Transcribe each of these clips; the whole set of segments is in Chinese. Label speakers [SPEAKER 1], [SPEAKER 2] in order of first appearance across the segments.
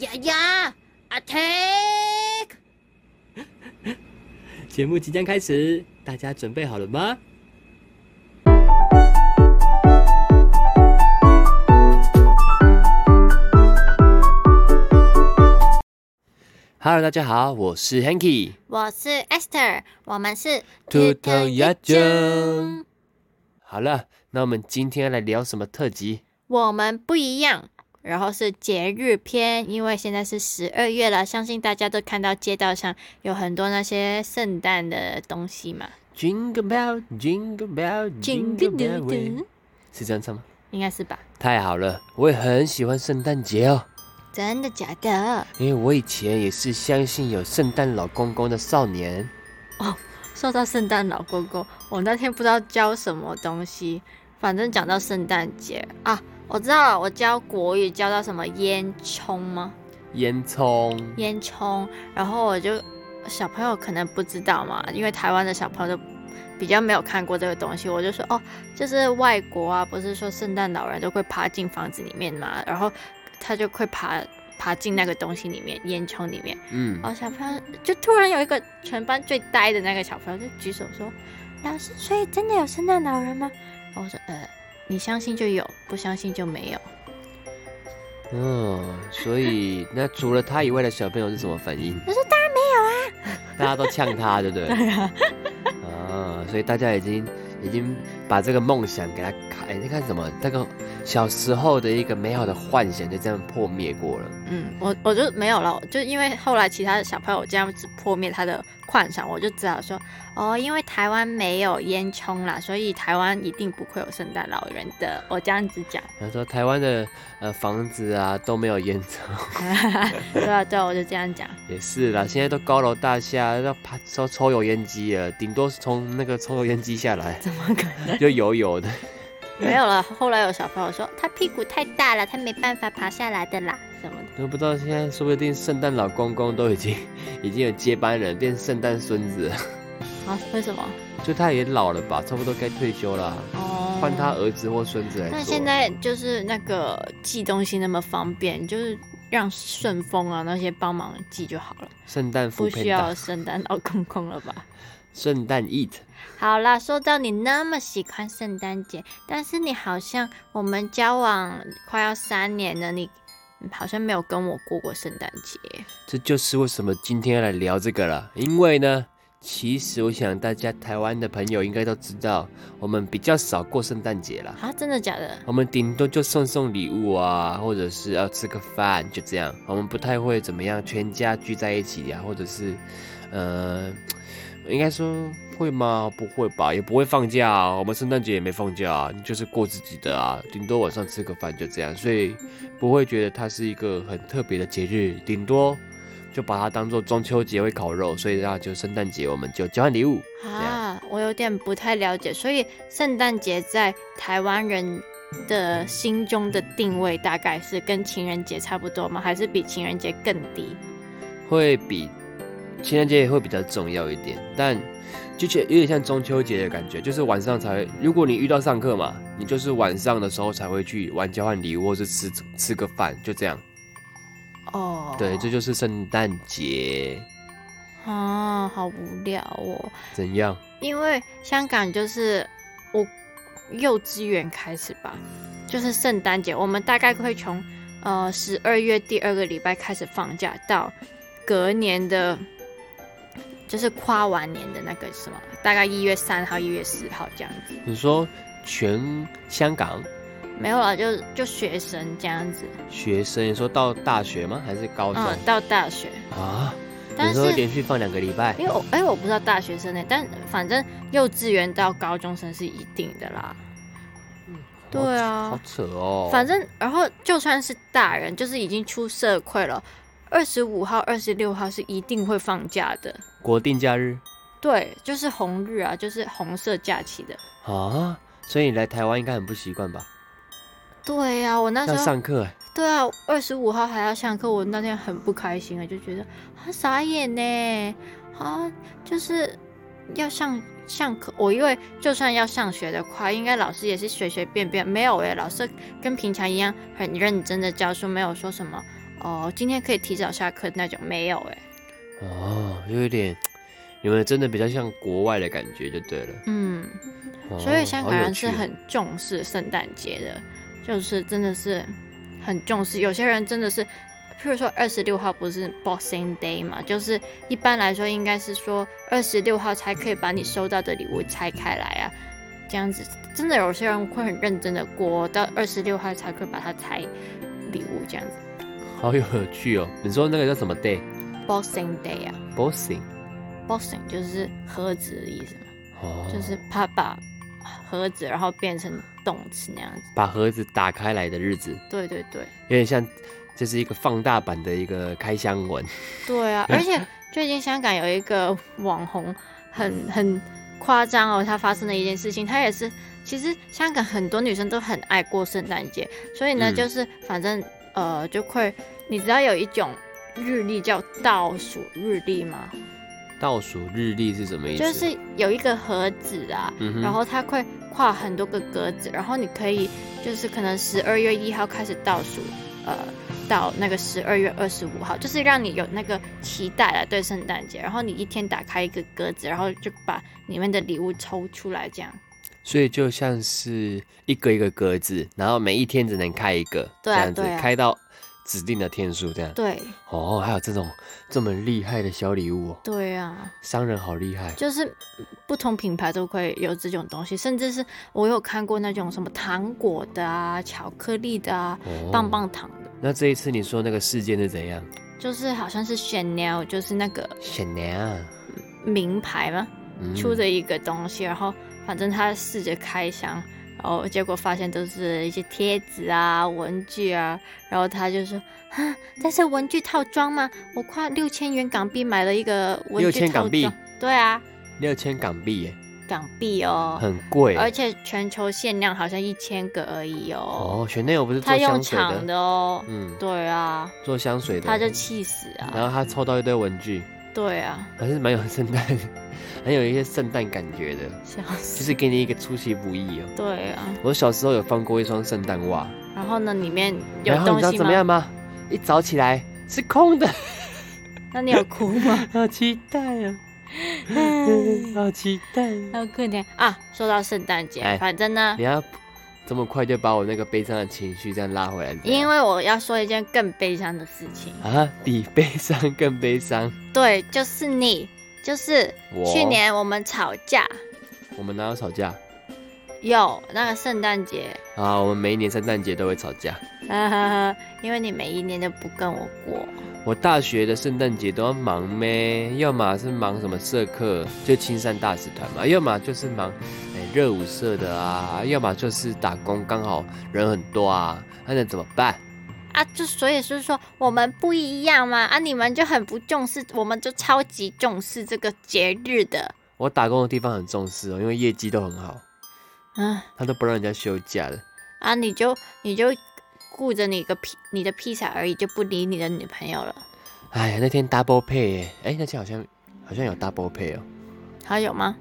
[SPEAKER 1] 呀呀，attack！
[SPEAKER 2] 节目即将开始，大家准备好了吗？Hello，大家好，我是 Hanky。
[SPEAKER 1] 我是 Esther，我们是
[SPEAKER 2] 兔头鸭酱
[SPEAKER 1] 酱
[SPEAKER 2] 好了，那我们今天来聊什么特辑？
[SPEAKER 1] 我们不一样。然后是节日篇，因为现在是十二月了，相信大家都看到街道上有很多那些圣诞的东西嘛。
[SPEAKER 2] Jingle bell, jingle bell, jingle bell way。是这样唱吗？
[SPEAKER 1] 应该是吧？
[SPEAKER 2] 太好了，我也很喜欢圣诞节哦，
[SPEAKER 1] 真的假的？
[SPEAKER 2] 因为我以前也是相信有圣诞老公公的少年。
[SPEAKER 1] 说到圣诞老公公，我那天不知道教什么东西，反正讲到圣诞节啊，我知道了，我教国语教到什么烟囱吗？
[SPEAKER 2] 烟囱，
[SPEAKER 1] 烟囱，然后我就小朋友可能不知道嘛，因为台湾的小朋友都比较没有看过这个东西，我就说哦，就是外国啊，不是说圣诞老人都会爬进房子里面嘛，然后他就会爬爬进那个东西里面，烟囱里面，
[SPEAKER 2] 嗯，
[SPEAKER 1] 然后哦小朋友就突然有一个全班最呆的那个小朋友就举手说，老师，所以真的有圣诞老人吗？然后我说呃，你相信就有，不相信就没有。
[SPEAKER 2] 嗯，所 以那除了他以外的小朋友是什么反应？我说当然没有啊，大家都呛他，对不对？
[SPEAKER 1] 对啊，
[SPEAKER 2] 啊，所以大家已经已经把这个梦想给他看，哎，那看什么？那个小时候的一个美好的幻想就这样破灭过了。
[SPEAKER 1] 嗯，我我就没有了，就因为后来其他的小朋友这样子破灭他的幻想，我就只好说，哦，因为台湾没有烟囱啦，所以台湾一定不会有圣诞老人的。我这样子讲，
[SPEAKER 2] 他说台湾的呃房子啊都没有烟囱，
[SPEAKER 1] 对啊对啊，我就这样讲。
[SPEAKER 2] 也是啦，现在都高楼大厦，要爬抽抽油烟机了，顶多是从那个抽油烟机下来，
[SPEAKER 1] 怎么可能？
[SPEAKER 2] 就油油的。
[SPEAKER 1] 没有了。后来有小朋友说他屁股太大了，他没办法爬下来的啦，什么的。
[SPEAKER 2] 都不知道现在说不定圣诞老公公都已经 已经有接班人，变圣诞孙子 了，
[SPEAKER 1] 啊？为什么？
[SPEAKER 2] 就他也老了吧，差不多该退休啦，
[SPEAKER 1] 哦，
[SPEAKER 2] 换他。儿子或孙子来做。
[SPEAKER 1] 那现在就是那个寄东西那么方便，就是让顺丰啊那些帮忙寄就好了。
[SPEAKER 2] 圣诞
[SPEAKER 1] 不
[SPEAKER 2] 副
[SPEAKER 1] 需
[SPEAKER 2] 片
[SPEAKER 1] 要
[SPEAKER 2] 大，
[SPEAKER 1] 圣诞老公公了吧？
[SPEAKER 2] 圣诞 eat，
[SPEAKER 1] 好啦，说到你那么喜欢圣诞节，但是你好像我们交往快要三年了，你好像没有跟我过过圣诞节。
[SPEAKER 2] 这就是为什么今天要来聊这个了，因为呢。其实我想，大家台湾的朋友应该都知道，我们比较少过圣诞节啦。
[SPEAKER 1] 啊，真的假的？
[SPEAKER 2] 我们顶多就送送礼物啊，或者是要吃个饭，就这样。我们不太会怎么样，全家聚在一起啊，或者是，呃，应该说会吗？不会吧，也不会放假啊。我们圣诞节也没放假啊，就是过自己的啊，顶多晚上吃个饭就这样，所以不会觉得它是一个很特别的节日，顶多。就把它当做中秋节会烤肉，所以那就圣诞节我们就交换礼物。
[SPEAKER 1] 啊，我有点不太了解，所以圣诞节在台湾人的心中的定位大概是跟情人节差不多吗？还是比情人节更低？
[SPEAKER 2] 会比情人节也会比较重要一点，但就觉得有点像中秋节的感觉，就是晚上才会。如果你遇到上课嘛，你就是晚上的时候才会去玩交换礼物，或是吃吃个饭，就这样。
[SPEAKER 1] 哦，
[SPEAKER 2] 对，这就是圣诞节。
[SPEAKER 1] 啊，好无聊哦。
[SPEAKER 2] 怎样？
[SPEAKER 1] 因为香港就是我幼稚园开始吧，就是圣诞节，我们大概会从呃十二月第二个礼拜开始放假，到隔年的，就是跨完年的那个什么，大概一月三号、一月四号这样子。
[SPEAKER 2] 你说全香港
[SPEAKER 1] 没有
[SPEAKER 2] 嗯
[SPEAKER 1] 了，就就学生这样子，
[SPEAKER 2] 学生，你说到大学吗？还是高中？
[SPEAKER 1] 嗯，到大学。
[SPEAKER 2] 啊？
[SPEAKER 1] 但
[SPEAKER 2] 你说
[SPEAKER 1] 是
[SPEAKER 2] 连续放两个礼拜？
[SPEAKER 1] 因为我哎、我不知道大学生呢、但反正幼稚园到高中生是一定的啦。对啊
[SPEAKER 2] 好扯哦。
[SPEAKER 1] 反正，然后就算是大人，就是已经出社会了，二十五号、二十六号是一定会放假的。
[SPEAKER 2] 国定假日
[SPEAKER 1] 对，就是红日啊，就是红色假期的。
[SPEAKER 2] 啊，所以你来台湾应该很不习惯吧？
[SPEAKER 1] 对呀、我那时
[SPEAKER 2] 要
[SPEAKER 1] 候
[SPEAKER 2] 上课、欸。
[SPEAKER 1] 对啊，二十五号还要上课，我那天很不开心啊，就觉得啊傻眼呢，啊就是要上上课，我因为就算要上学的话，应该老师欸也是随随便便，没有诶，老师跟平常一样很认真的教书，没有说什么哦，今天可以提早下课那种，没有哎、
[SPEAKER 2] 哦，就有点，你们真的比较像国外的感觉就对了。
[SPEAKER 1] 嗯，
[SPEAKER 2] 哦
[SPEAKER 1] 所以香港人是，
[SPEAKER 2] 好有
[SPEAKER 1] 很
[SPEAKER 2] 趣
[SPEAKER 1] 重视圣诞节的，就是真的是很重视。有些人真的是，譬如说二十六号不是 Boxing Day 嘛，就是一般来说应该是说二十六号才可以把你收到的礼物拆开来啊，这样子真的有些人会很认真的过到二十六号才会把它拆礼物这样子。
[SPEAKER 2] 哦好有趣哦。你说那个叫什么
[SPEAKER 1] Boxing Day 啊
[SPEAKER 2] day？boxing，
[SPEAKER 1] ，Boxing 就是盒子的意思嘛，
[SPEAKER 2] 哦，
[SPEAKER 1] 就是怕把盒子然后变成动词那样子。
[SPEAKER 2] 把盒子打开来的日子，
[SPEAKER 1] 对对对。
[SPEAKER 2] 有点像，这是一个放大版的一个开箱文。
[SPEAKER 1] 对啊，而且最近香港有一个网红
[SPEAKER 2] 嗯
[SPEAKER 1] 很很夸张哦，他发生了一件事情，他也是，其实香港很多女生都很爱过圣诞节，所以呢，
[SPEAKER 2] 嗯
[SPEAKER 1] 就是反正呃就会，你知道有一种日历叫倒数日历吗？
[SPEAKER 2] 倒数日历是什么意思？
[SPEAKER 1] 就是有一个盒子啊，
[SPEAKER 2] 嗯哼，
[SPEAKER 1] 然后它会跨很多个格子，然后你可以就是可能十二月一号开始倒数，呃，到那个十二月二十五号，就是让你有那个期待啊，对圣诞节。然后你一天打开一个格子，然后就把里面的礼物抽出来，这样。
[SPEAKER 2] 所以就像是一个一个格子，然后每一天只能开一个，
[SPEAKER 1] 对啊
[SPEAKER 2] 这样子
[SPEAKER 1] 对啊
[SPEAKER 2] 开到指定的天数这样。
[SPEAKER 1] 对
[SPEAKER 2] 哦，还有这种这么厉害的小礼物、哦，
[SPEAKER 1] 对啊，
[SPEAKER 2] 商人好厉害。
[SPEAKER 1] 就是不同品牌都会有这种东西，甚至是我有看过那种什么糖果的啊、巧克力的啊、
[SPEAKER 2] 哦
[SPEAKER 1] 棒棒糖的，
[SPEAKER 2] 那这一次你说那个事件是怎样？
[SPEAKER 1] 就是好像是 Chanel，就是那个
[SPEAKER 2] 显然、
[SPEAKER 1] 名牌嘛。
[SPEAKER 2] 嗯
[SPEAKER 1] 出的一个东西，然后反正他试着开箱，然后结果发现都是一些贴纸啊、文具啊，然后他就说：“啊，这是文具套装吗？我花六千元港币买了一个文具
[SPEAKER 2] 6000
[SPEAKER 1] 套
[SPEAKER 2] 港币
[SPEAKER 1] 装，对啊，
[SPEAKER 2] 六千港币耶，
[SPEAKER 1] 港币哦，
[SPEAKER 2] 很贵耶。
[SPEAKER 1] 而且全球限量好像一千个而已哦，
[SPEAKER 2] 哦，选内我不是
[SPEAKER 1] 他
[SPEAKER 2] 做
[SPEAKER 1] 用
[SPEAKER 2] 香水
[SPEAKER 1] 抢的哦，
[SPEAKER 2] 嗯，
[SPEAKER 1] 对啊，
[SPEAKER 2] 做香水的，嗯
[SPEAKER 1] 他就气死
[SPEAKER 2] 然
[SPEAKER 1] 啊，
[SPEAKER 2] 后他抽到一堆文具，
[SPEAKER 1] 对啊，
[SPEAKER 2] 还是蛮有圣诞， 很有一些圣诞感觉的，
[SPEAKER 1] 笑
[SPEAKER 2] 就
[SPEAKER 1] 死，
[SPEAKER 2] 是给你一个出其不意哦。
[SPEAKER 1] 对啊，
[SPEAKER 2] 我小时候有放过一双圣诞袜，
[SPEAKER 1] 然后呢，里面有
[SPEAKER 2] 然后你
[SPEAKER 1] 东
[SPEAKER 2] 知道
[SPEAKER 1] 西
[SPEAKER 2] 怎么
[SPEAKER 1] 吗？
[SPEAKER 2] 样吗？一早起来是空的，
[SPEAKER 1] 那你有哭吗？
[SPEAKER 2] 好期待啊，
[SPEAKER 1] 嗯
[SPEAKER 2] 好期待啊！
[SPEAKER 1] 好可怜啊！说到圣诞节，
[SPEAKER 2] 哎
[SPEAKER 1] 反正呢
[SPEAKER 2] 你，要这么快就把我那个悲伤的情绪这样拉回来？这样
[SPEAKER 1] 因为我要说一件更悲伤的事情，
[SPEAKER 2] 啊，比悲伤更悲伤。
[SPEAKER 1] 对，就是你，就是
[SPEAKER 2] 我
[SPEAKER 1] 去年我们吵架，
[SPEAKER 2] 我们哪有吵架
[SPEAKER 1] 有那个圣诞节，
[SPEAKER 2] 啊？我们每一年圣诞节都会吵架。
[SPEAKER 1] 呵呵呵，因为你每一年都不跟我过，
[SPEAKER 2] 我大学的圣诞节都要忙咩，要么是忙什么社课，就青山大使团嘛；要么就是忙哎热、舞社的啊；要么就是打工，刚好人很多啊，那能怎么办？
[SPEAKER 1] 啊，就所以是说我们不一样嘛，啊，你们就很不重视，我们就超级重视这个节日的，
[SPEAKER 2] 我打工的地方很重视哦，因为业绩都很好，
[SPEAKER 1] 嗯，
[SPEAKER 2] 他都不让人家休假的。
[SPEAKER 1] 啊，你就你就顾着你个披你的披萨而已，就不理你的女朋友了，
[SPEAKER 2] 哎呀，那天 double pay 耶，哎、那天好像好像有 double pay 哦，
[SPEAKER 1] 还有吗？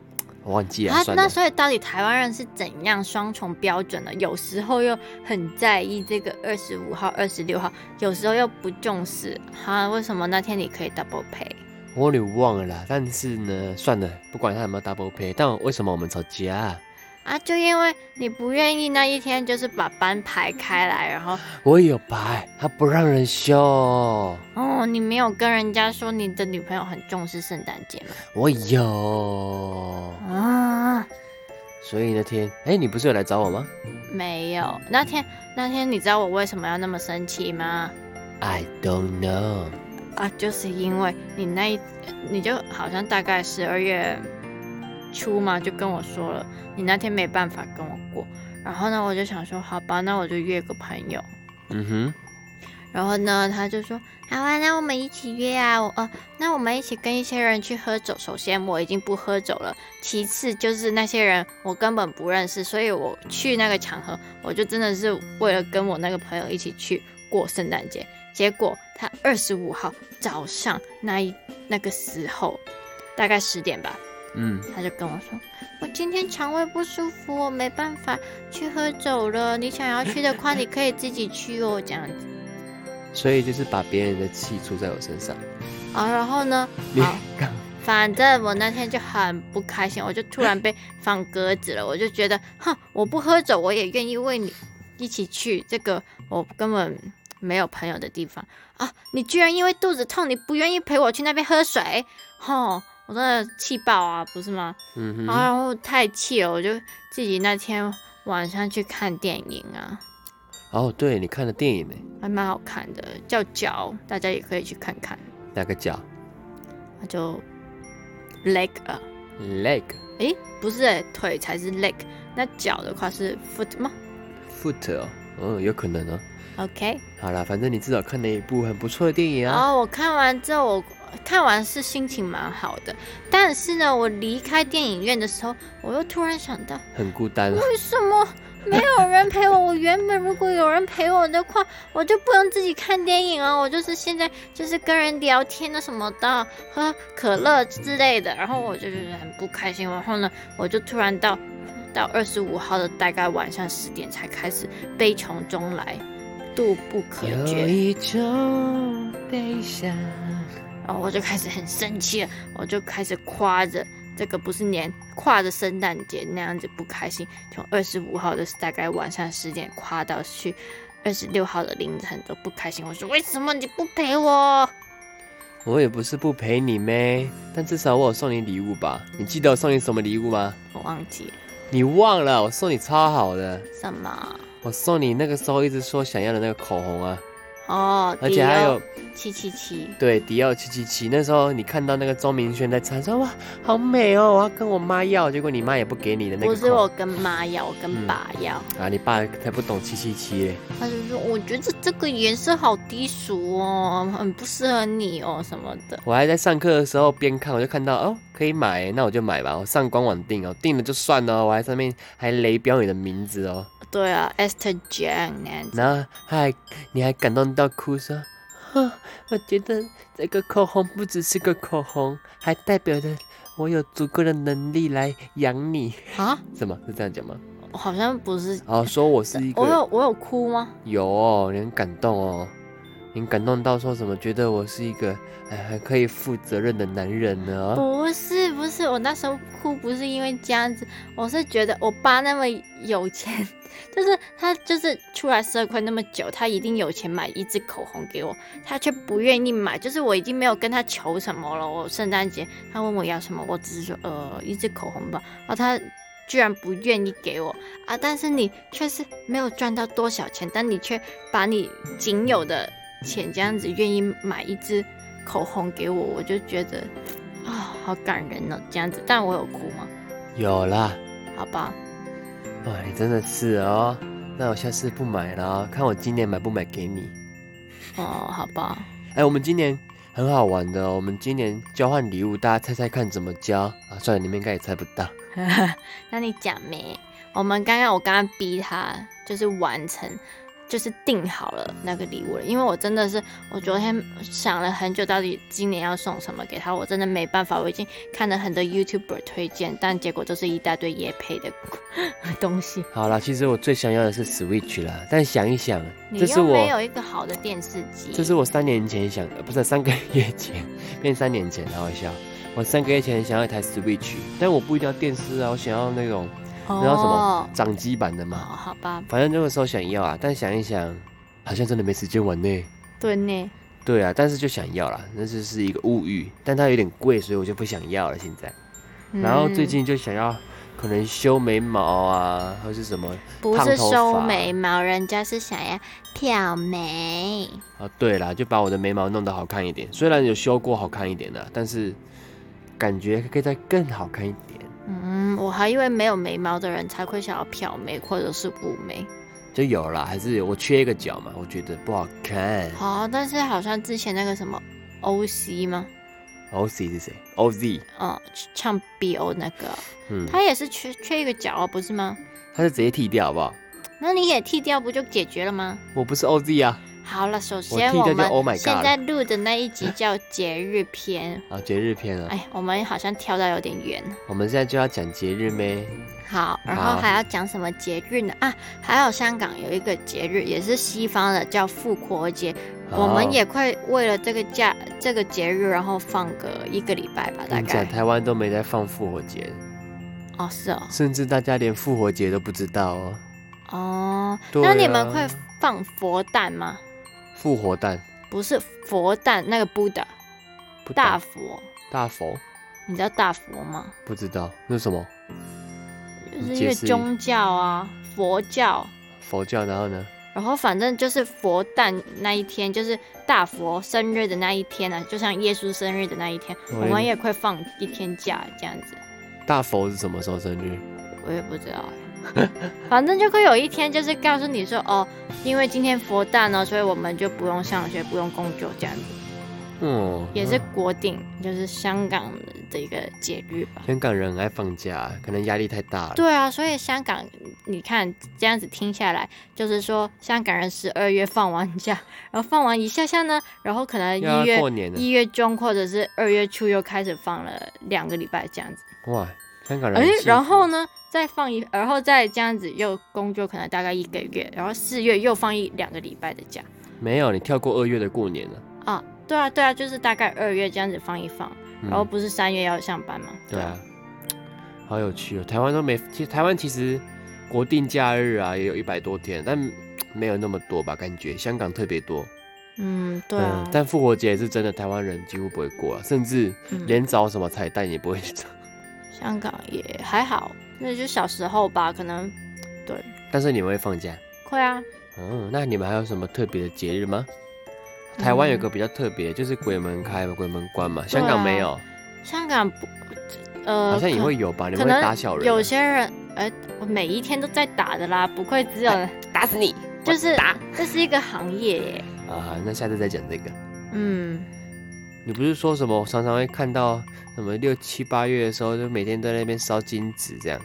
[SPEAKER 2] 我忘记了，
[SPEAKER 1] 啊，
[SPEAKER 2] 算了
[SPEAKER 1] 那。所以到底台湾人是怎样双重标准呢？有时候又很在意这个二十五号、二十六号，有时候又不重视。哈、为什么那天你可以 double pay？
[SPEAKER 2] 我有点忘了啦，但是呢，算了，不管他有没有 double pay，但为什么我们吵架啊、
[SPEAKER 1] 啊，就因为你不愿意那一天就是把班排开来，然后
[SPEAKER 2] 我也有排，他不让人休，
[SPEAKER 1] 哦，你没有跟人家说你的女朋友很重视圣诞节嘛？
[SPEAKER 2] 我有。
[SPEAKER 1] 啊，
[SPEAKER 2] 所以那天，哎、你不是有来找我吗？
[SPEAKER 1] 没有。那天那天你知道我为什么要那么生气吗？
[SPEAKER 2] I don't know。
[SPEAKER 1] 啊，就是因为你那一，你就好像大概十二月初嘛，就跟我说了，你那天没办法跟我过。然后呢，我就想说，好吧，那我就约个朋友。
[SPEAKER 2] 嗯
[SPEAKER 1] 然后呢，他就说，好啊，那我们一起约啊，我呃，那我们一起跟一些人去喝酒。首先，我已经不喝酒了；其次，就是那些人我根本不认识，所以我去那个场合，我就真的是为了跟我那个朋友一起去过圣诞节。结果他二十五号早上那一那个时候，大概十点吧，
[SPEAKER 2] 哼，嗯，
[SPEAKER 1] 他就跟我说：“我今天肠胃不舒服，我没办法去喝酒了。你想要去的话，你可以自己去哦。”这样子，
[SPEAKER 2] 所以就是把别人的气出在我身上。
[SPEAKER 1] 啊，然后呢？
[SPEAKER 2] 你
[SPEAKER 1] 好，反正我那天就很不开心，我就突然被放鸽子了，我就觉得，哼，我不喝酒，我也愿意为你一起去这个我根本没有朋友的地方啊！你居然因为肚子痛，你不愿意陪我去那边喝水，吼！我真的气爆啊，不是吗？
[SPEAKER 2] 嗯
[SPEAKER 1] 啊，
[SPEAKER 2] 哼，
[SPEAKER 1] 然后太气了，我就自己那天晚上去看电影啊，
[SPEAKER 2] 哦，对你看了电影呢，
[SPEAKER 1] 还蛮好看的，叫《脚》，大家也可以去看看。
[SPEAKER 2] 哪个脚
[SPEAKER 1] 那就 leg 啊，
[SPEAKER 2] ？leg
[SPEAKER 1] 诶，不是、诶，腿才是 leg，那脚的话是 foot 吗
[SPEAKER 2] foot 哦，嗯，有可能哦。
[SPEAKER 1] ？OK，
[SPEAKER 2] 好啦，反正你至少看了一部很不错的电影
[SPEAKER 1] 然
[SPEAKER 2] 啊。
[SPEAKER 1] 后我看完之后，我看完是心情蛮好的，但是呢，我离开电影院的时候，我又突然想到，
[SPEAKER 2] 很孤单啊，
[SPEAKER 1] 为什么没有人陪我？我原本如果有人陪我的话，我就不用自己看电影啊，我就是现在就是跟人聊天啊什么的，喝可乐之类的，然后我就觉得很不开心。然后呢，我就突然到到二十五号的大概晚上十点才开始悲从中来，怒不可
[SPEAKER 2] 有
[SPEAKER 1] 遏。
[SPEAKER 2] 一种悲伤。
[SPEAKER 1] 然后我就开始很生气了，我就开始夸着这个不是年跨着圣诞节那样子不开心，从二十五号的大概晚上十点夸到去二十六号的凌晨都不开心。我说为什么你不陪我？
[SPEAKER 2] 我也不是不陪你咩，但至少我有送你礼物吧？你记得我送你什么礼物吗？
[SPEAKER 1] 我忘记了
[SPEAKER 2] 你忘了，我送你超好的，
[SPEAKER 1] 什么
[SPEAKER 2] 我送你那个时候一直说想要的那个口红啊，
[SPEAKER 1] 哦，
[SPEAKER 2] 而且还有
[SPEAKER 1] 七七七，
[SPEAKER 2] 对迪奥七七七。那时候你看到那个钟明轩在唱，说哇好美哦，我要跟我妈要，结果你妈也不给你的那
[SPEAKER 1] 不
[SPEAKER 2] 个
[SPEAKER 1] 是
[SPEAKER 2] 口
[SPEAKER 1] 我
[SPEAKER 2] 红
[SPEAKER 1] 跟妈要，我跟
[SPEAKER 2] 嗯
[SPEAKER 1] 爸要。
[SPEAKER 2] 啊，你爸才不懂七七七嘞。
[SPEAKER 1] 他就说我觉得这个颜色好低俗哦，很不适合你哦什么的。
[SPEAKER 2] 我还在上课的时候边看，我就看到哦，可以买，那我就买吧。我上官网订哦，订了就算了哦，我还上面还雷标你的名字哦，
[SPEAKER 1] 对啊，Esther Jane 那样子。
[SPEAKER 2] 然后还你还感动到哭说，哼，我觉得这个口红不只是个口红，还代表着我有足够的能力来养你。
[SPEAKER 1] 啊，
[SPEAKER 2] 什么是这样讲吗？
[SPEAKER 1] 我好像不是
[SPEAKER 2] 哦，说我是一
[SPEAKER 1] 我
[SPEAKER 2] 个
[SPEAKER 1] 有我有哭吗？
[SPEAKER 2] 有哦，你很感动哦，你很感动到说什么？觉得我是一个哎很可以负责任的男人呢、哦？
[SPEAKER 1] 不是不是，我那时候哭不是因为这样子，我是觉得我爸那么有钱， 就是他就是出来社会那么久，他一定有钱买一支口红给我，他却不愿意买，就是我已经没有跟他求什么了。我圣诞节他问我要什么，我只是说呃一支口红吧，然后他。居然不愿意给我啊！但是你却是没有赚到多少钱，但你却把你仅有的钱这样子愿意买一支口红给我，我就觉得啊、好感人哦，这样子。但我有哭吗？
[SPEAKER 2] 有啦。
[SPEAKER 1] 好吧，
[SPEAKER 2] 哇，你哎真的是哦。那我下次不买了哦，看我今年买不买给你。
[SPEAKER 1] 哦，好吧，
[SPEAKER 2] 哎，我们今年很好玩的、哦，我们今年交换礼物，大家猜猜看怎么交啊？算了，你们应该也猜不到。
[SPEAKER 1] 那你讲没？我们刚刚我刚刚逼他就是完成，就是定好了那个礼物了，因为我真的是我昨天想了很久，到底今年要送什么给他，我真的没办法，我已经看了很多 YouTuber 推荐，但结果都是一大堆野配的 东西。
[SPEAKER 2] 好啦，其实我最想要的是 Switch 啦，但想一想，
[SPEAKER 1] 你
[SPEAKER 2] 这是
[SPEAKER 1] 又没
[SPEAKER 2] 我，
[SPEAKER 1] 有一个好的电视机，
[SPEAKER 2] 这是我三年前想，呃、不是三个月前， 变三年前，好好笑。我三个月前想要一台 Switch，但我不一定要电视啊，我想要那种
[SPEAKER 1] 哦
[SPEAKER 2] 你知道什么掌机版的
[SPEAKER 1] 哦，
[SPEAKER 2] 嘛。
[SPEAKER 1] 好吧，
[SPEAKER 2] 反正那个时候想要啊，但想一想，好像真的没时间玩呢、
[SPEAKER 1] 对呢。
[SPEAKER 2] 对啊，但是就想要啦，那就是一个物欲，但它有点贵，所以我就不想要了现在。然后最
[SPEAKER 1] 嗯
[SPEAKER 2] 近就想要，可能修眉毛啊，或是什么
[SPEAKER 1] 不是
[SPEAKER 2] 烫头
[SPEAKER 1] 收
[SPEAKER 2] 发
[SPEAKER 1] 眉毛，人家是想要漂眉。
[SPEAKER 2] 啊。对啦，就把我的眉毛弄得好看一点，虽然有修过好看一点的，但是感觉可以再更好看一点。
[SPEAKER 1] 嗯，我还以为没有眉毛的人才会想要漂眉或者是雾眉。
[SPEAKER 2] 就有啦，还是有我缺一个角嘛，我觉得不好看。
[SPEAKER 1] 好，哦但是好像之前那个什么 OC 吗？
[SPEAKER 2] OZ 是谁？OZ，
[SPEAKER 1] 嗯，唱 BO 那个，
[SPEAKER 2] 嗯，
[SPEAKER 1] 他也是缺缺一个角啊，不是吗？
[SPEAKER 2] 他是直接剃掉好不好？
[SPEAKER 1] 那你也剃掉不就解决了吗？
[SPEAKER 2] 我不是 OZ 啊，
[SPEAKER 1] 好了，首先
[SPEAKER 2] 我
[SPEAKER 1] 我
[SPEAKER 2] 听着就 Oh my
[SPEAKER 1] 们
[SPEAKER 2] God
[SPEAKER 1] 现在录的那一集叫节日篇。
[SPEAKER 2] 啊，节日片啊，
[SPEAKER 1] 哎，我们好像跳到有点远。
[SPEAKER 2] 我们现在就要讲节日咩？
[SPEAKER 1] 好，然
[SPEAKER 2] 好
[SPEAKER 1] 后还要讲什么节日呢？啊，还有香港有一个节日也是西方的，叫复活节。我
[SPEAKER 2] 哦
[SPEAKER 1] 们也快为了这个假这个节日，然后放个一个礼拜吧，大
[SPEAKER 2] 跟你讲，
[SPEAKER 1] 概。
[SPEAKER 2] 台湾都没嗯在放复活节，
[SPEAKER 1] 哦，是哦，
[SPEAKER 2] 甚至大家连复活节都不知道哦。
[SPEAKER 1] 哦，
[SPEAKER 2] 对
[SPEAKER 1] 那你们
[SPEAKER 2] 啊
[SPEAKER 1] 会放佛诞吗？
[SPEAKER 2] 复活蛋，
[SPEAKER 1] 不是佛诞，那个 Buddha
[SPEAKER 2] 不
[SPEAKER 1] 大
[SPEAKER 2] 大
[SPEAKER 1] 佛，
[SPEAKER 2] 大佛
[SPEAKER 1] 你知道大佛吗？
[SPEAKER 2] 不知道那是什么
[SPEAKER 1] 就是
[SPEAKER 2] 你
[SPEAKER 1] 因
[SPEAKER 2] 嗯解
[SPEAKER 1] 为
[SPEAKER 2] 释一
[SPEAKER 1] 宗教啊，佛教，
[SPEAKER 2] 佛教，然后呢？
[SPEAKER 1] 然后反正就是佛诞那一天，就是大佛生日的那一天啊，就像耶稣生日的那一天，
[SPEAKER 2] 我
[SPEAKER 1] 我
[SPEAKER 2] 也
[SPEAKER 1] 们也会放一天假这样子。
[SPEAKER 2] 大佛是什么时候生日？
[SPEAKER 1] 我也不知道 欸，反正就会有一天就是告诉你说，哦，因为今天佛诞呢，所以我们就不用上学，不用工作这样子，
[SPEAKER 2] 嗯，
[SPEAKER 1] 也是国定，就是香港的一个节日吧。
[SPEAKER 2] 香港人很爱放假，可能压力太大了。
[SPEAKER 1] 对啊，所以香港，你看这样子听下来，就是说香港人十二月放完假，然后放完一下下呢，然后可能
[SPEAKER 2] 又要
[SPEAKER 1] 一月
[SPEAKER 2] 过年了
[SPEAKER 1] 一月中或者是二月初又开始放了两个礼拜这样子，
[SPEAKER 2] 哇，香港人
[SPEAKER 1] 哎
[SPEAKER 2] 很幸，福
[SPEAKER 1] 然后呢再放一，然后再这样子又工作可能大概一个月，然后四月又放一两个礼拜的假
[SPEAKER 2] 没有，你跳过二月的过年了。
[SPEAKER 1] 啊，对啊对啊，就是大概二月这样子放一放，
[SPEAKER 2] 嗯
[SPEAKER 1] 然后不是三月要上班吗？
[SPEAKER 2] 对啊，好有趣哦！台湾都没，其实台湾其实国定假日啊也有一百多天，但没有那么多吧，感觉香港特别多。
[SPEAKER 1] 嗯，对啊
[SPEAKER 2] 嗯，，但复活节是真的，台湾人几乎不会过、啊，甚至
[SPEAKER 1] 嗯
[SPEAKER 2] 连找什么彩蛋也不会找。
[SPEAKER 1] 香港也还好，那就小时候吧，可能对，
[SPEAKER 2] 但是你们会放假？
[SPEAKER 1] 会啊，
[SPEAKER 2] 嗯，那你们还有什么特别的节日吗？台湾有
[SPEAKER 1] 嗯
[SPEAKER 2] 个比较特别，就是鬼门开、鬼门关嘛，
[SPEAKER 1] 对啊
[SPEAKER 2] 香港没有，
[SPEAKER 1] 香港不，呃，
[SPEAKER 2] 好像也
[SPEAKER 1] 可
[SPEAKER 2] 会有吧？你
[SPEAKER 1] 可
[SPEAKER 2] 们会
[SPEAKER 1] 能
[SPEAKER 2] 打小人啊、
[SPEAKER 1] 有些人，哎、我每一天都在打的啦，不会只有，
[SPEAKER 2] 哎打死你，
[SPEAKER 1] 就是
[SPEAKER 2] 打
[SPEAKER 1] 这是一个行业耶，
[SPEAKER 2] 啊！那下次再讲这个。
[SPEAKER 1] 嗯，
[SPEAKER 2] 你不是说什么常常会看到什么六七八月的时候，就每天在那边烧金纸这样？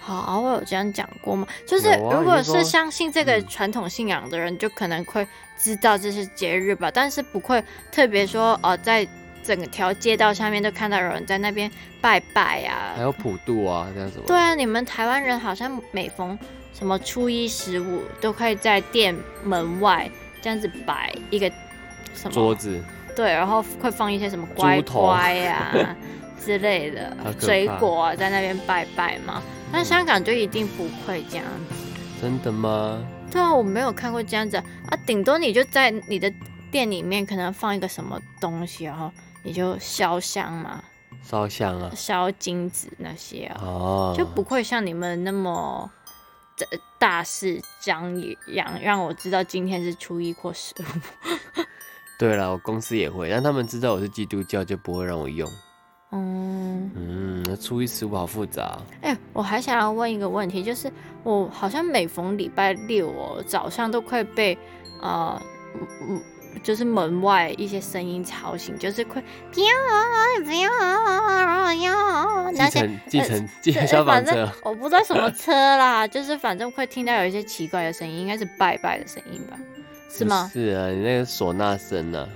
[SPEAKER 1] 好，啊我有这样讲过吗？就是
[SPEAKER 2] 有啊
[SPEAKER 1] 如果
[SPEAKER 2] 你就说
[SPEAKER 1] 是相信这个
[SPEAKER 2] 嗯
[SPEAKER 1] 传统信仰的人，就可能会知道这些节日吧，但是不会特别说，哦，在整条街道下面都看到有人在那边拜拜呀、
[SPEAKER 2] 还有普渡啊，这样什么？
[SPEAKER 1] 对啊，你们台湾人好像每逢什么初一十五都可以在店门外这样子摆一个什么
[SPEAKER 2] 桌，子
[SPEAKER 1] 对，然后会放一些什么乖
[SPEAKER 2] 头
[SPEAKER 1] 乖呀 之类的
[SPEAKER 2] 好可怕
[SPEAKER 1] 水果啊在那边拜拜嘛。但香港就一定不会这样子，
[SPEAKER 2] 真的吗？
[SPEAKER 1] 对啊，我没有看过这样子啊，啊顶多你就在你的店里面可能放一个什么东西，然后你就烧香嘛，
[SPEAKER 2] 烧香啊？
[SPEAKER 1] 烧金纸那些啊。
[SPEAKER 2] 哦，
[SPEAKER 1] 就不会像你们那么这大肆张扬，让我知道今天是初一或十五。
[SPEAKER 2] 对了，我公司也会，让他们知道我是基督教，就不会让我用。
[SPEAKER 1] 嗯，
[SPEAKER 2] 嗯，那初一十五好复杂，
[SPEAKER 1] 哎、我还想要问一个问题，就是我好像每逢礼拜六哦，早上都快被呃，嗯嗯，就是门外一些声音吵醒，就是快不要啊，不要啊，不要啊，
[SPEAKER 2] 继
[SPEAKER 1] 那些
[SPEAKER 2] 承继承继承
[SPEAKER 1] 是
[SPEAKER 2] 消防
[SPEAKER 1] 反
[SPEAKER 2] 车
[SPEAKER 1] 正，我不知道什么车啦，就是反正会听到有一些奇怪的声音，应该是拜拜的声音吧？是吗？
[SPEAKER 2] 是啊，你那个唢呐声啊，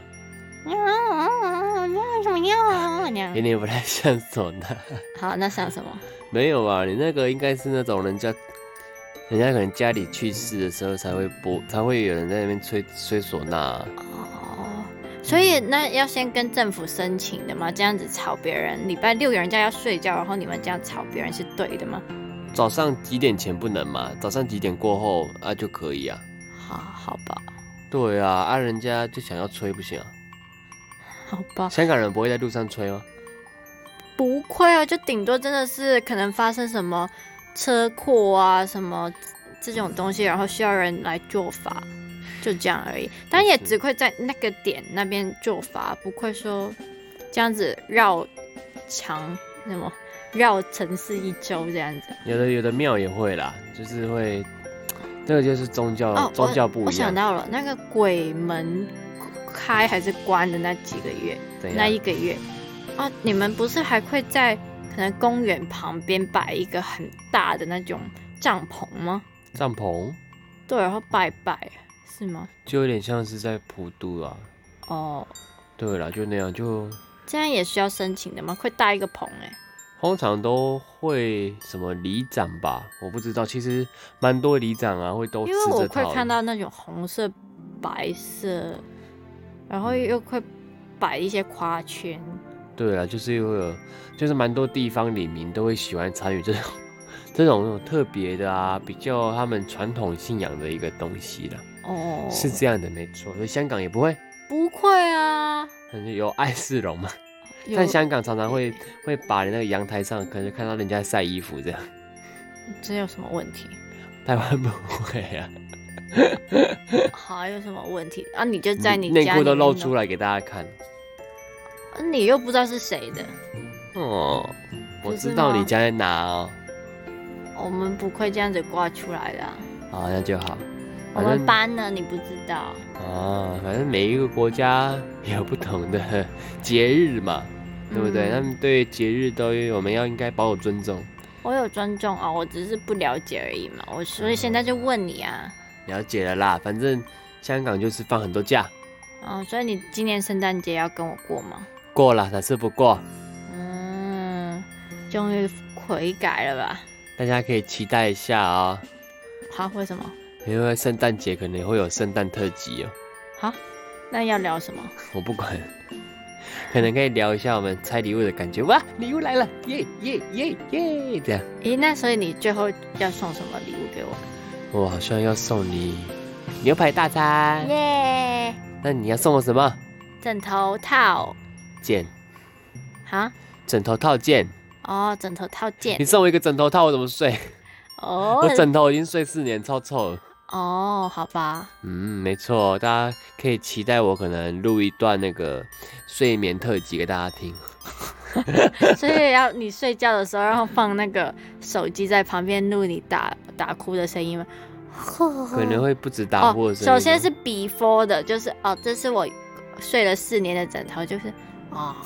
[SPEAKER 1] 啊，那什么样啊？那
[SPEAKER 2] 有
[SPEAKER 1] 样
[SPEAKER 2] 点不太像唢呐。
[SPEAKER 1] 好，那像什么？
[SPEAKER 2] 没有啊，你那个应该是那种人家，人家可能家里去世的时候才会播，才会有人在那边吹吹唢呐啊、
[SPEAKER 1] 哦，所以那要先跟政府申请的嘛，这样子吵别人。礼拜六人家要睡觉，然后你们这样吵别人是对的吗？
[SPEAKER 2] 早上几点前不能嘛？早上几点过后啊就可以啊。
[SPEAKER 1] 好，好吧，
[SPEAKER 2] 对啊，啊人家就想要吹不行啊。
[SPEAKER 1] 好吧，
[SPEAKER 2] 香港人不会在路上吹哦吗？
[SPEAKER 1] 不会啊，就顶多真的是可能发生什么车祸啊，什么这种东西，然后需要人来做法，就这样而已。但也只会在那个点那边做法，不会说这样子绕墙什么绕城市一周这样子。
[SPEAKER 2] 有的有的庙也会啦，就是会，这个就是宗教、
[SPEAKER 1] 哦，
[SPEAKER 2] 宗教不一
[SPEAKER 1] 我我
[SPEAKER 2] 样。
[SPEAKER 1] 想到了，那个鬼门开还是关的那几个月，
[SPEAKER 2] 怎样
[SPEAKER 1] 那一个月啊，你们不是还会在可能公园旁边摆一个很大的那种帐篷吗？
[SPEAKER 2] 帐篷
[SPEAKER 1] 对，然后拜拜，是吗？
[SPEAKER 2] 就有点像是在普渡啊。
[SPEAKER 1] 哦，
[SPEAKER 2] 对啦，就那样，就
[SPEAKER 1] 这样也需要申请的吗？会搭一个棚哎、
[SPEAKER 2] 通常都会什么里长吧，我不知道，其实蛮多里长啊会都吃
[SPEAKER 1] 因为我
[SPEAKER 2] 这
[SPEAKER 1] 会
[SPEAKER 2] 套的
[SPEAKER 1] 看到那种红色、白色，然
[SPEAKER 2] 嗯
[SPEAKER 1] 后又会摆一些花圈。
[SPEAKER 2] 对啊，就是会有，就是蛮多地方里民都会喜欢参与这种 这种那种特别的啊，比较他们传统信仰的一个东西啦，
[SPEAKER 1] 哦，
[SPEAKER 2] 是这样的，没错。所以香港也不会
[SPEAKER 1] 不会啊，
[SPEAKER 2] 很有爱市容嘛，
[SPEAKER 1] 有
[SPEAKER 2] 但香港常常会会把那个阳台上可能就看到人家晒衣服这样，
[SPEAKER 1] 这有什么问 题？
[SPEAKER 2] 台湾不会啊，
[SPEAKER 1] 好，有什么问题啊？你 就在你
[SPEAKER 2] 内
[SPEAKER 1] 家
[SPEAKER 2] 裤都
[SPEAKER 1] 里面
[SPEAKER 2] 露出来给大家看。
[SPEAKER 1] 弄，你又不知道是谁的。
[SPEAKER 2] 哦，我
[SPEAKER 1] 不是
[SPEAKER 2] 知道你
[SPEAKER 1] 吗
[SPEAKER 2] 家在哪哦，
[SPEAKER 1] 我们不会这样子挂出来的啊、
[SPEAKER 2] 好，那就好。
[SPEAKER 1] 我
[SPEAKER 2] 反
[SPEAKER 1] 们
[SPEAKER 2] 正
[SPEAKER 1] 班呢，你不知道。
[SPEAKER 2] 啊，反正每一个国家有不同的节日嘛，对不对？
[SPEAKER 1] 嗯
[SPEAKER 2] 他们对节日都有我们要应该保有尊重。
[SPEAKER 1] 我有尊重啊、我只是不了解而已嘛。我所以现在就问你啊，
[SPEAKER 2] 了解了啦，反正香港就是放很多假，
[SPEAKER 1] 嗯，所以你今年圣诞节要跟我过吗？
[SPEAKER 2] 过了哪次不过，
[SPEAKER 1] 嗯，终于悔改了吧？
[SPEAKER 2] 大家可以期待一下啊、
[SPEAKER 1] 好，为什么？
[SPEAKER 2] 因为圣诞节可能会有圣诞特辑哦，
[SPEAKER 1] 好，那要聊什么？
[SPEAKER 2] 我不管， 可能可以聊一下我们拆礼物的感觉。哇，礼物来了，耶耶耶耶！这样，
[SPEAKER 1] 咦，那所以你最后要送什么礼物给我？
[SPEAKER 2] 我好像要送你牛排大餐，
[SPEAKER 1] 耶、
[SPEAKER 2] 那你要送我什么？
[SPEAKER 1] 枕头套
[SPEAKER 2] 剑，
[SPEAKER 1] 哈，
[SPEAKER 2] 枕头套件。
[SPEAKER 1] 哦，枕头套件
[SPEAKER 2] 你送我一个枕头套，我怎么睡？
[SPEAKER 1] 哦，
[SPEAKER 2] 我枕头已经睡四年，超臭了。
[SPEAKER 1] 哦，好吧，
[SPEAKER 2] 嗯，没错，大家可以期待我可能录一段那个睡眠特辑给大家听。
[SPEAKER 1] 所以要你睡觉的时候，然后放那个手机在旁边录你打打哭的声音吗？可
[SPEAKER 2] 可能会不止打呼的声音、
[SPEAKER 1] 首
[SPEAKER 2] 哦
[SPEAKER 1] 先是 before 的，就是哦，这是我睡了四年的枕头，就是啊、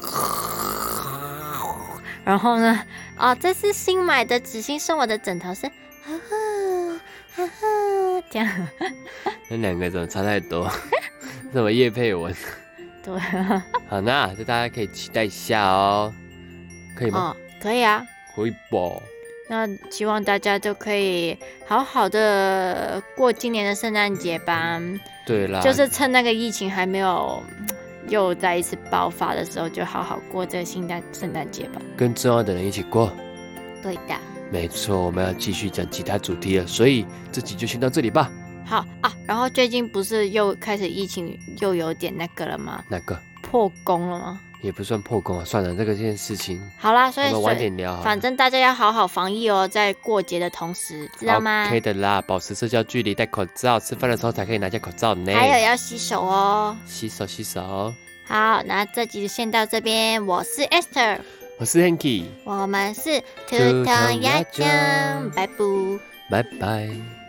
[SPEAKER 1] 然后呢，哦，这是新买的纸巾送我的枕头是，哈哈哈哈，这样
[SPEAKER 2] 那两个怎么差太多？ 什么叶佩文？
[SPEAKER 1] 对啊，
[SPEAKER 2] 好，那这大家可以期待一下哦，可以
[SPEAKER 1] 哦，
[SPEAKER 2] 吗？
[SPEAKER 1] 可以啊。
[SPEAKER 2] 可以吧？
[SPEAKER 1] 那希望大家都可以好好的过今年的圣诞节吧。
[SPEAKER 2] 对啦，
[SPEAKER 1] 就是趁那个疫情还没有嗯又再一次爆发的时候，就好好过这个圣诞圣诞节吧。
[SPEAKER 2] 跟重要的人一起过。
[SPEAKER 1] 对的。
[SPEAKER 2] 没错，我们要继续讲其他主题了，所以这集就先到这里吧。
[SPEAKER 1] 好啊，然后最近不是又开始疫情又有点那个了吗？
[SPEAKER 2] 那个
[SPEAKER 1] 破功了吗？
[SPEAKER 2] 也不算破功啊，算了，这个件事情
[SPEAKER 1] 好啦，所以
[SPEAKER 2] 我们
[SPEAKER 1] 所
[SPEAKER 2] 晚
[SPEAKER 1] 以
[SPEAKER 2] 点聊好了。
[SPEAKER 1] 反正大家要好好防疫哦，在过节的同时，知道吗
[SPEAKER 2] OK 的啦，保持社交距离，戴口罩，吃饭的时候才可以拿下口罩呢。
[SPEAKER 1] 还有要洗手哦。
[SPEAKER 2] 洗手洗手。
[SPEAKER 1] 好，那这集就先到这边，我是 Esther，
[SPEAKER 2] 我是 Hanky，
[SPEAKER 1] 我们是
[SPEAKER 2] Two
[SPEAKER 1] Two
[SPEAKER 2] Tone
[SPEAKER 1] Tone
[SPEAKER 2] Yajang
[SPEAKER 1] Yajang，拜拜。
[SPEAKER 2] 拜拜。